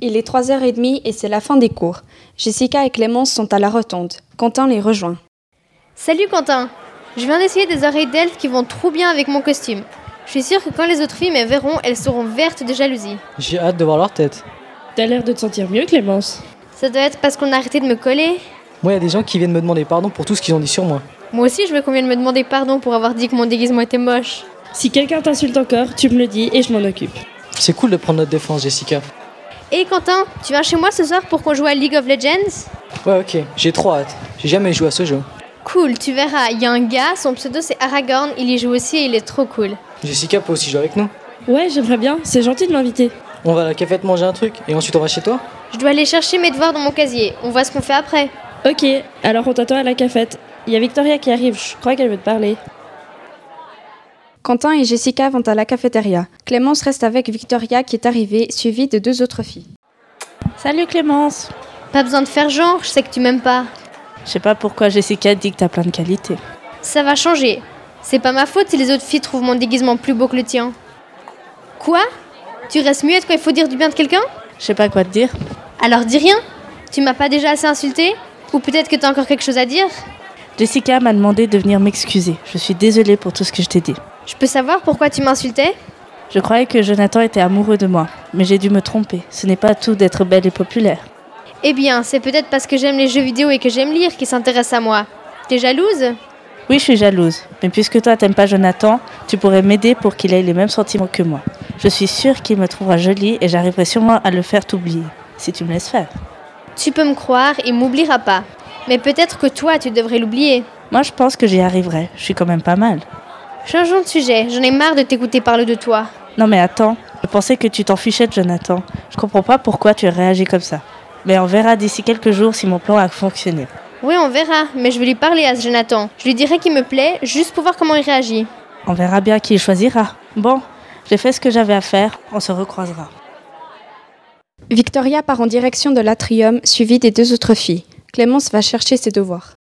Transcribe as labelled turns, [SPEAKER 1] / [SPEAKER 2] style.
[SPEAKER 1] Il est 3h30 et c'est la fin des cours. Jessica et Clémence sont à la rotonde. Quentin les rejoint.
[SPEAKER 2] Salut Quentin Je viens d'essayer des oreilles d'elfe qui vont trop bien avec mon costume. Je suis sûre que quand les autres filles me verront, elles seront vertes de jalousie.
[SPEAKER 3] J'ai hâte de voir leur tête.
[SPEAKER 4] T'as l'air de te sentir mieux, Clémence.
[SPEAKER 2] Ça doit être parce qu'on a arrêté de me coller.
[SPEAKER 3] Moi, il y a des gens qui viennent me demander pardon pour tout ce qu'ils ont dit sur moi.
[SPEAKER 2] Moi aussi, je veux qu'on vienne me demander pardon pour avoir dit que mon déguisement était moche.
[SPEAKER 4] Si quelqu'un t'insulte encore, tu me le dis et je m'en occupe.
[SPEAKER 3] C'est cool de prendre notre défense, Jessica.
[SPEAKER 2] Et Eh, Quentin, tu viens chez moi ce soir pour qu'on joue à League of Legends
[SPEAKER 3] Ouais, ok, j'ai trop hâte. J'ai jamais joué à ce jeu.
[SPEAKER 2] Cool, tu verras, il y a un gars, son pseudo c'est Aragorn, il y joue aussi et il est trop cool.
[SPEAKER 3] Jessica peut aussi jouer avec nous.
[SPEAKER 4] Ouais, j'aimerais bien, c'est gentil de m'inviter.
[SPEAKER 3] On va à la cafette manger un truc et ensuite on va chez toi
[SPEAKER 2] Je dois aller chercher mes devoirs dans mon casier, on voit ce qu'on fait après.
[SPEAKER 4] Ok, alors on t'attend à la cafette. Il y a Victoria qui arrive, je crois qu'elle veut te parler.
[SPEAKER 1] Quentin et Jessica vont à la cafétéria. Clémence reste avec Victoria qui est arrivée, suivie de deux autres filles.
[SPEAKER 5] Salut Clémence
[SPEAKER 2] Pas besoin de faire genre, je sais que tu m'aimes pas.
[SPEAKER 5] Je sais pas pourquoi Jessica dit que t'as plein de qualités.
[SPEAKER 2] Ça va changer. C'est pas ma faute si les autres filles trouvent mon déguisement plus beau que le tien. Quoi Tu restes muette quand il faut dire du bien de quelqu'un
[SPEAKER 5] Je sais pas quoi te dire.
[SPEAKER 2] Alors dis rien Tu m'as pas déjà assez insulté Ou peut-être que t'as encore quelque chose à dire
[SPEAKER 5] Jessica m'a demandé de venir m'excuser. Je suis désolée pour tout ce que je t'ai dit.
[SPEAKER 2] Je peux savoir pourquoi tu m'insultais
[SPEAKER 5] Je croyais que Jonathan était amoureux de moi, mais j'ai dû me tromper. Ce n'est pas tout d'être belle et populaire.
[SPEAKER 2] Eh bien, c'est peut-être parce que j'aime les jeux vidéo et que j'aime lire qui s'intéresse à moi. T'es jalouse
[SPEAKER 5] Oui, je suis jalouse, mais puisque toi t'aimes pas Jonathan, tu pourrais m'aider pour qu'il ait les mêmes sentiments que moi. Je suis sûre qu'il me trouvera jolie et j'arriverai sûrement à le faire t'oublier, si tu me laisses faire.
[SPEAKER 2] Tu peux me croire, il m'oubliera pas. Mais peut-être que toi, tu devrais l'oublier.
[SPEAKER 5] Moi, je pense que j'y arriverai. Je suis quand même pas mal.
[SPEAKER 2] Changeons de sujet, j'en ai marre de t'écouter parler de toi.
[SPEAKER 5] Non mais attends, je pensais que tu t'en fichais de Jonathan. Je comprends pas pourquoi tu réagis comme ça. Mais on verra d'ici quelques jours si mon plan a fonctionné.
[SPEAKER 2] Oui, on verra, mais je vais lui parler à ce Jonathan. Je lui dirai qu'il me plaît, juste pour voir comment il réagit.
[SPEAKER 5] On verra bien qui il choisira. Bon, j'ai fait ce que j'avais à faire, on se recroisera.
[SPEAKER 1] Victoria part en direction de l'atrium, suivie des deux autres filles. Clémence va chercher ses devoirs.